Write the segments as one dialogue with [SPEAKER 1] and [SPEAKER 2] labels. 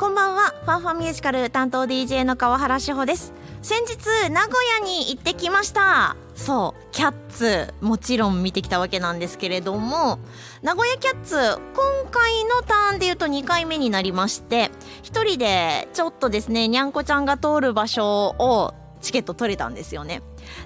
[SPEAKER 1] ファンファンミュージカル担当 DJ の川原志保です先日名古屋に行ってきましたそうキャッツもちろん見てきたわけなんですけれども名古屋キャッツ今回のターンでいうと2回目になりまして1人でちょっとですねにゃんこちゃんが通る場所をチケット取れたんですよね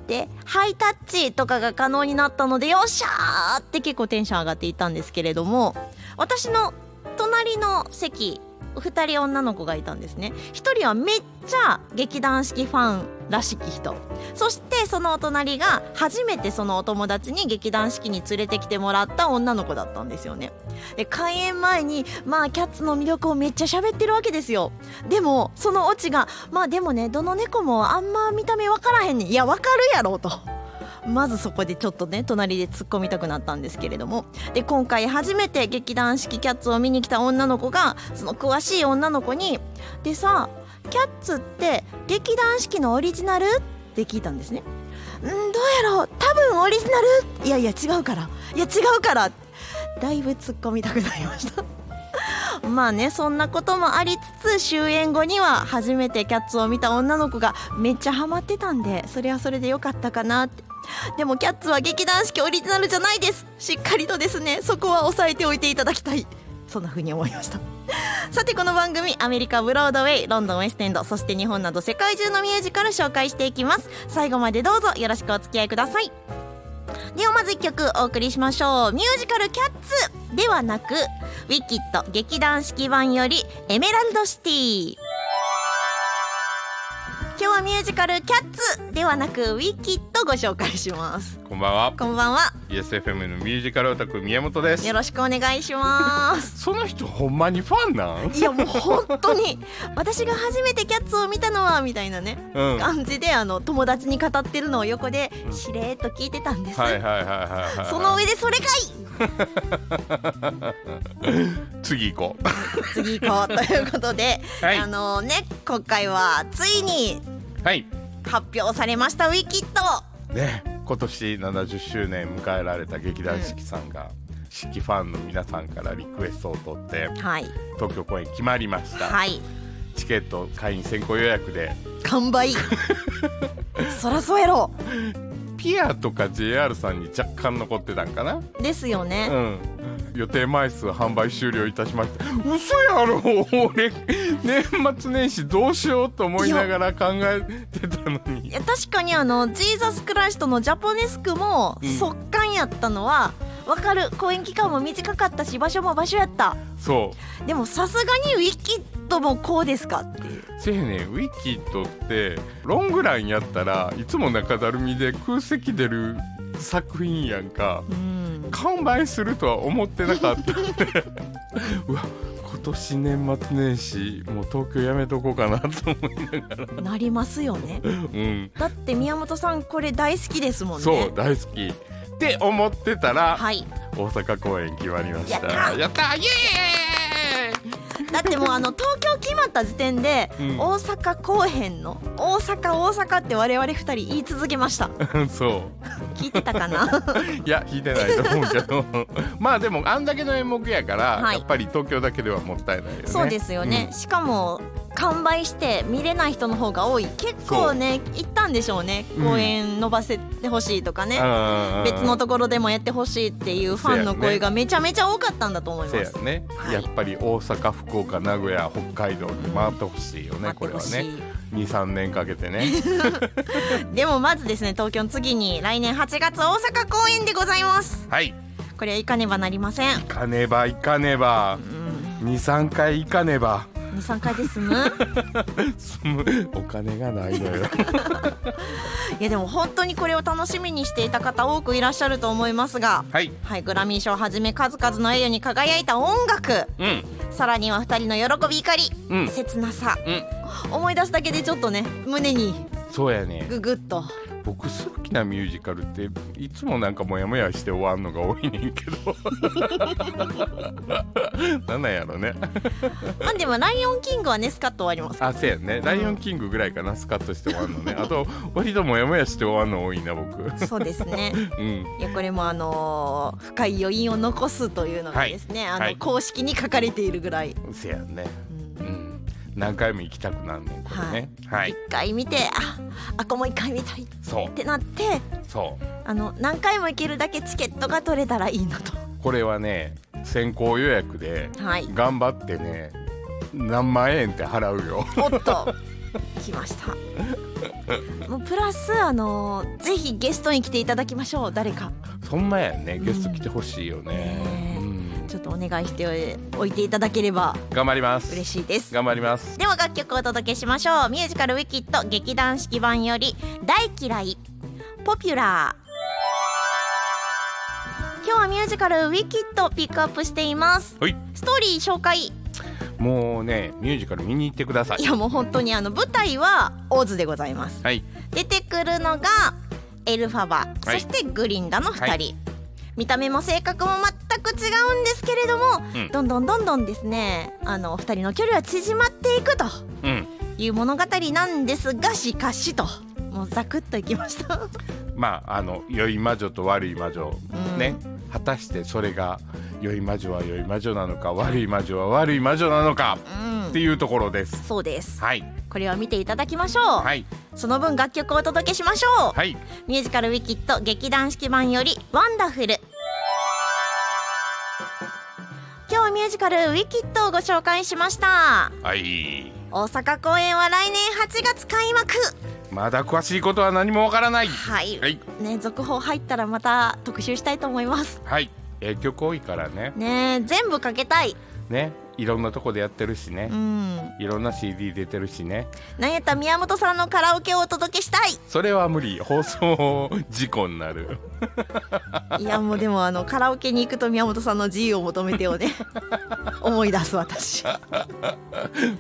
[SPEAKER 1] でハイタッチとかが可能になったのでよっしゃーって結構テンション上がっていたんですけれども私の隣の席2人女の子がいたんですね1人はめっちゃ劇団四季ファンらしき人そしてそのお隣が初めてそのお友達に劇団四季に連れてきてもらった女の子だったんですよねで開演前にまあキャッツの魅力をめっちゃ喋ってるわけですよでもそのオチがまあでもねどの猫もあんま見た目分からへんねんいや分かるやろとまずそこでちょっとね隣で突っ込みたくなったんですけれどもで今回初めて劇団四季キャッツを見に来た女の子がその詳しい女の子に「でさキャッツって劇団四季のオリジナル?」って聞いたんですね。んどうやろう多分オリジナルいやいや違うからいや違うからだいぶ突っ込みたくなりましたまあねそんなこともありつつ終演後には初めてキャッツを見た女の子がめっちゃハマってたんでそれはそれで良かったかなってでもキャッツは劇団四季オリジナルじゃないですしっかりとですねそこは押さえておいていただきたいそんな風に思いました さてこの番組アメリカブロードウェイロンドンウェステンドそして日本など世界中のミュージカル紹介していきます最後までどうぞよろしくお付き合いくださいではまず1曲お送りしましょうミュージカル「キャッツ」ではなく「ウィキッド劇団四季版」より「エメラルドシティ」今日はミュージカル「キャッツ」ではなく「ウィキッド」ご紹介します
[SPEAKER 2] こんばんは。
[SPEAKER 1] こんばんは
[SPEAKER 2] ESFM のミュージカルオタク宮本です
[SPEAKER 1] よ。ろしくお願いします
[SPEAKER 2] その人ほんまにファンなん？
[SPEAKER 1] いやもう本当に私が初めてキャッツを見たのはみたいなね
[SPEAKER 2] うん。はい
[SPEAKER 1] 感じであの友達に語ってるのを横で
[SPEAKER 2] うん
[SPEAKER 1] しれーっと聞いてたんです、
[SPEAKER 2] はいはいはいはい。
[SPEAKER 1] その上でそれか
[SPEAKER 2] 次行こ
[SPEAKER 1] い次行こうということで、
[SPEAKER 2] う。 はい
[SPEAKER 1] あのね今回はついに
[SPEAKER 2] はい。
[SPEAKER 1] 発表されましたウィキッド
[SPEAKER 2] ね今年70周年迎えられた劇団四季さんが。四季ファンの皆さんからリクエストを取って
[SPEAKER 1] はい
[SPEAKER 2] 東京公演決まりました、
[SPEAKER 1] はい
[SPEAKER 2] チケット会員先行予約で
[SPEAKER 1] 完 売そらそうやろ
[SPEAKER 2] ピアとか JR さんに若干残ってたんかな
[SPEAKER 1] ですよね、
[SPEAKER 2] うん予定枚数販売終了いたしました嘘やろ俺年末年始どうしようと思いながら考えてたの
[SPEAKER 1] い
[SPEAKER 2] に
[SPEAKER 1] や確かにあのジーザスクライストのジャポネスクも
[SPEAKER 2] うん
[SPEAKER 1] 速乾やったのは、わかる公演期間も短かったし場所も場所やった
[SPEAKER 2] そう
[SPEAKER 1] でもさすがにウィキッドもこうですかっていう
[SPEAKER 2] せやねんウィキッドってロングランやったらいつも中だるみで空席出る作品やんか
[SPEAKER 1] うん
[SPEAKER 2] 完売するとは思ってなかったん でうわ今年年末年始もう東京やめとこうかなと思いながら
[SPEAKER 1] なりますよね
[SPEAKER 2] うん
[SPEAKER 1] だって宮本さんこれ大好きですもんね
[SPEAKER 2] そう大好きって思ってたら、
[SPEAKER 1] はい
[SPEAKER 2] 大阪公演決まりました
[SPEAKER 1] やった
[SPEAKER 2] やったイエ
[SPEAKER 1] だってもうあの東京決まった時点で、
[SPEAKER 2] うん
[SPEAKER 1] 大阪後編の大阪大阪って我々二人言い続けました
[SPEAKER 2] ーイ そ
[SPEAKER 1] 聞いてたか な
[SPEAKER 2] ういや弾いてないと思うけど まあでもあんだけの演目やから、
[SPEAKER 1] はい
[SPEAKER 2] やっぱり東京だけではもったいないよね
[SPEAKER 1] そうですよね、、しかも完売して見れない人の方が多い結構ね行ったんでしょうね
[SPEAKER 2] うん
[SPEAKER 1] 公演伸ばせてほしいとか
[SPEAKER 2] う
[SPEAKER 1] ね
[SPEAKER 2] ん、あー
[SPEAKER 1] 別のところでもやってほしいっていうファンの声がめちゃめちゃ多かったんだと思い
[SPEAKER 2] せ
[SPEAKER 1] ま
[SPEAKER 2] や
[SPEAKER 1] す。
[SPEAKER 2] ね、
[SPEAKER 1] はい
[SPEAKER 2] やっぱり大阪福岡名古屋北海道って回ってほしいよね、
[SPEAKER 1] 待っ
[SPEAKER 2] こ
[SPEAKER 1] て
[SPEAKER 2] れ
[SPEAKER 1] ほ
[SPEAKER 2] は
[SPEAKER 1] し
[SPEAKER 2] ね
[SPEAKER 1] い、
[SPEAKER 2] 23年かけてね
[SPEAKER 1] でもまずですね東京の次に来年8月大阪公演でございます
[SPEAKER 2] はい
[SPEAKER 1] これは行かねばなりません、
[SPEAKER 2] 行かねば行かねば
[SPEAKER 1] うん、
[SPEAKER 2] 23回行かねば
[SPEAKER 1] 23回で済む
[SPEAKER 2] お金がないの よ
[SPEAKER 1] いやでも本当にこれを楽しみにしていた方多くいらっしゃると思いますが
[SPEAKER 2] はい
[SPEAKER 1] はい、グラミー賞をはじめ数々の栄誉に輝いた音楽
[SPEAKER 2] うん
[SPEAKER 1] さらには2人の喜び怒り、
[SPEAKER 2] うん
[SPEAKER 1] 切なさ
[SPEAKER 2] うん
[SPEAKER 1] 思い出すだけでちょっとね胸に
[SPEAKER 2] そうやね
[SPEAKER 1] ググッと
[SPEAKER 2] 僕好きなミュージカルっていつもなんかモヤモヤして終わんのが多いねんけど なんなんやろね
[SPEAKER 1] まあでも「ライオンキング」はねスカッと終わります
[SPEAKER 2] あそうやね「ライオンキング」ぐらいかなスカッとして終わんのねあと割とモヤモヤして終わんの多いな僕
[SPEAKER 1] そうですね
[SPEAKER 2] うん
[SPEAKER 1] いやこれもあのー深い余韻を残すというのが
[SPEAKER 2] はい
[SPEAKER 1] ですね、あの
[SPEAKER 2] はい
[SPEAKER 1] 公式に書かれているぐらい、
[SPEAKER 2] そうやね
[SPEAKER 1] うん
[SPEAKER 2] うん何回も行きたくなんねんこれねはい、
[SPEAKER 1] 一回見てああこもう一回見たいっ
[SPEAKER 2] そう
[SPEAKER 1] てなって
[SPEAKER 2] そう
[SPEAKER 1] あの何回も行けるだけチケットが取れたらいいなと。
[SPEAKER 2] これはね先行予約で
[SPEAKER 1] はい、
[SPEAKER 2] 頑張ってね何万円って払うよ
[SPEAKER 1] おっと来ま したもうプラスあのーぜひゲストに来ていただきましょう誰か
[SPEAKER 2] そんまやねゲスト来てほしいよね、
[SPEAKER 1] ねえ
[SPEAKER 2] うん
[SPEAKER 1] ちょっとお願いしておいていただければ
[SPEAKER 2] 頑張ります
[SPEAKER 1] 嬉しいです
[SPEAKER 2] 頑張ります
[SPEAKER 1] では楽曲をお届けしましょうミュージカル「ウィキッド」劇団四季版より「大嫌い」「ポピュラー」今日はミュージカル「ウィキッド」ピックアップしています
[SPEAKER 2] はい
[SPEAKER 1] ストーリー紹介
[SPEAKER 2] もうねミュージカル見に行ってください
[SPEAKER 1] いやもう本当にあの舞台はオズでございます
[SPEAKER 2] はい
[SPEAKER 1] 出てくるのがエルファバ、
[SPEAKER 2] は
[SPEAKER 1] そ
[SPEAKER 2] い
[SPEAKER 1] してグリンダの2人、
[SPEAKER 2] は
[SPEAKER 1] 見た目も性格も全く違うんですけれども、
[SPEAKER 2] うん
[SPEAKER 1] どんどんどんどんですねあのお二人の距離は縮まっていくと
[SPEAKER 2] うん
[SPEAKER 1] いう物語なんですがしかしともうザクッといきました
[SPEAKER 2] まああの良い魔女と悪い魔女、
[SPEAKER 1] うん
[SPEAKER 2] ね果たしてそれが良い魔女は良い魔女なのか悪い魔女は悪い魔女なのか
[SPEAKER 1] うん
[SPEAKER 2] っていうところです
[SPEAKER 1] そうです
[SPEAKER 2] はい
[SPEAKER 1] これを見ていただきましょう、
[SPEAKER 2] はい
[SPEAKER 1] その分楽曲をお届けしましょう、
[SPEAKER 2] はい
[SPEAKER 1] ミュージカル「ウィキッド」劇団四季版より「ワンダフル」今日はミュージカル「ウィキッド」をご紹介しました
[SPEAKER 2] はい
[SPEAKER 1] 大阪公演は来年8月開幕
[SPEAKER 2] まだ詳しいことは何もわからない
[SPEAKER 1] はい、
[SPEAKER 2] はい
[SPEAKER 1] ね続報入ったらまた特集したいと思います
[SPEAKER 2] はいえー曲多いからね
[SPEAKER 1] ね全部かけたい
[SPEAKER 2] ねいろんなとこでやってるしね
[SPEAKER 1] う、ん
[SPEAKER 2] いろんな CD 出てるしね
[SPEAKER 1] なんやったら宮本さんのカラオケをお届けした
[SPEAKER 2] それは無理放送事故になる
[SPEAKER 1] いいやもうでもあのカラオケに行くと宮本さんの自由を求めてをね思い出す私は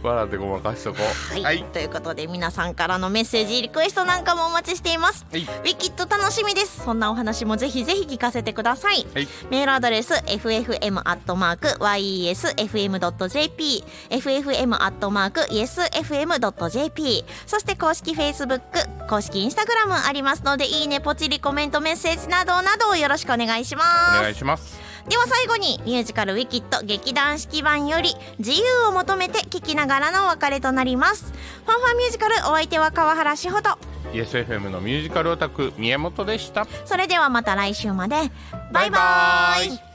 [SPEAKER 2] 笑ってごまかしとこう
[SPEAKER 1] い、
[SPEAKER 2] はい、
[SPEAKER 1] ということで皆さんからのメッセージリクエストなんかもお待ちしています
[SPEAKER 2] はい
[SPEAKER 1] ウィキッド楽しみですそんなお話もぜひぜひ聞かせてください
[SPEAKER 2] はい
[SPEAKER 1] メールアドレス ffm.yesfm.jp ffm.yesfm.jp そして公式 Facebook 公式 Instagram ありますのでいいねポチリコメントメッセージなどなどよろしくお願いしま
[SPEAKER 2] お
[SPEAKER 1] す
[SPEAKER 2] 願いします
[SPEAKER 1] では最後にミュージカル「ウィキッド」劇団四季版より自由を求めて聴きながらのお別れとなりますファンファンミュージカルお相手は川原志保と
[SPEAKER 2] ESFM のミュージカルオタク宮本でした
[SPEAKER 1] それではまた来週までバイバ
[SPEAKER 2] バイバ
[SPEAKER 1] イ
[SPEAKER 2] イ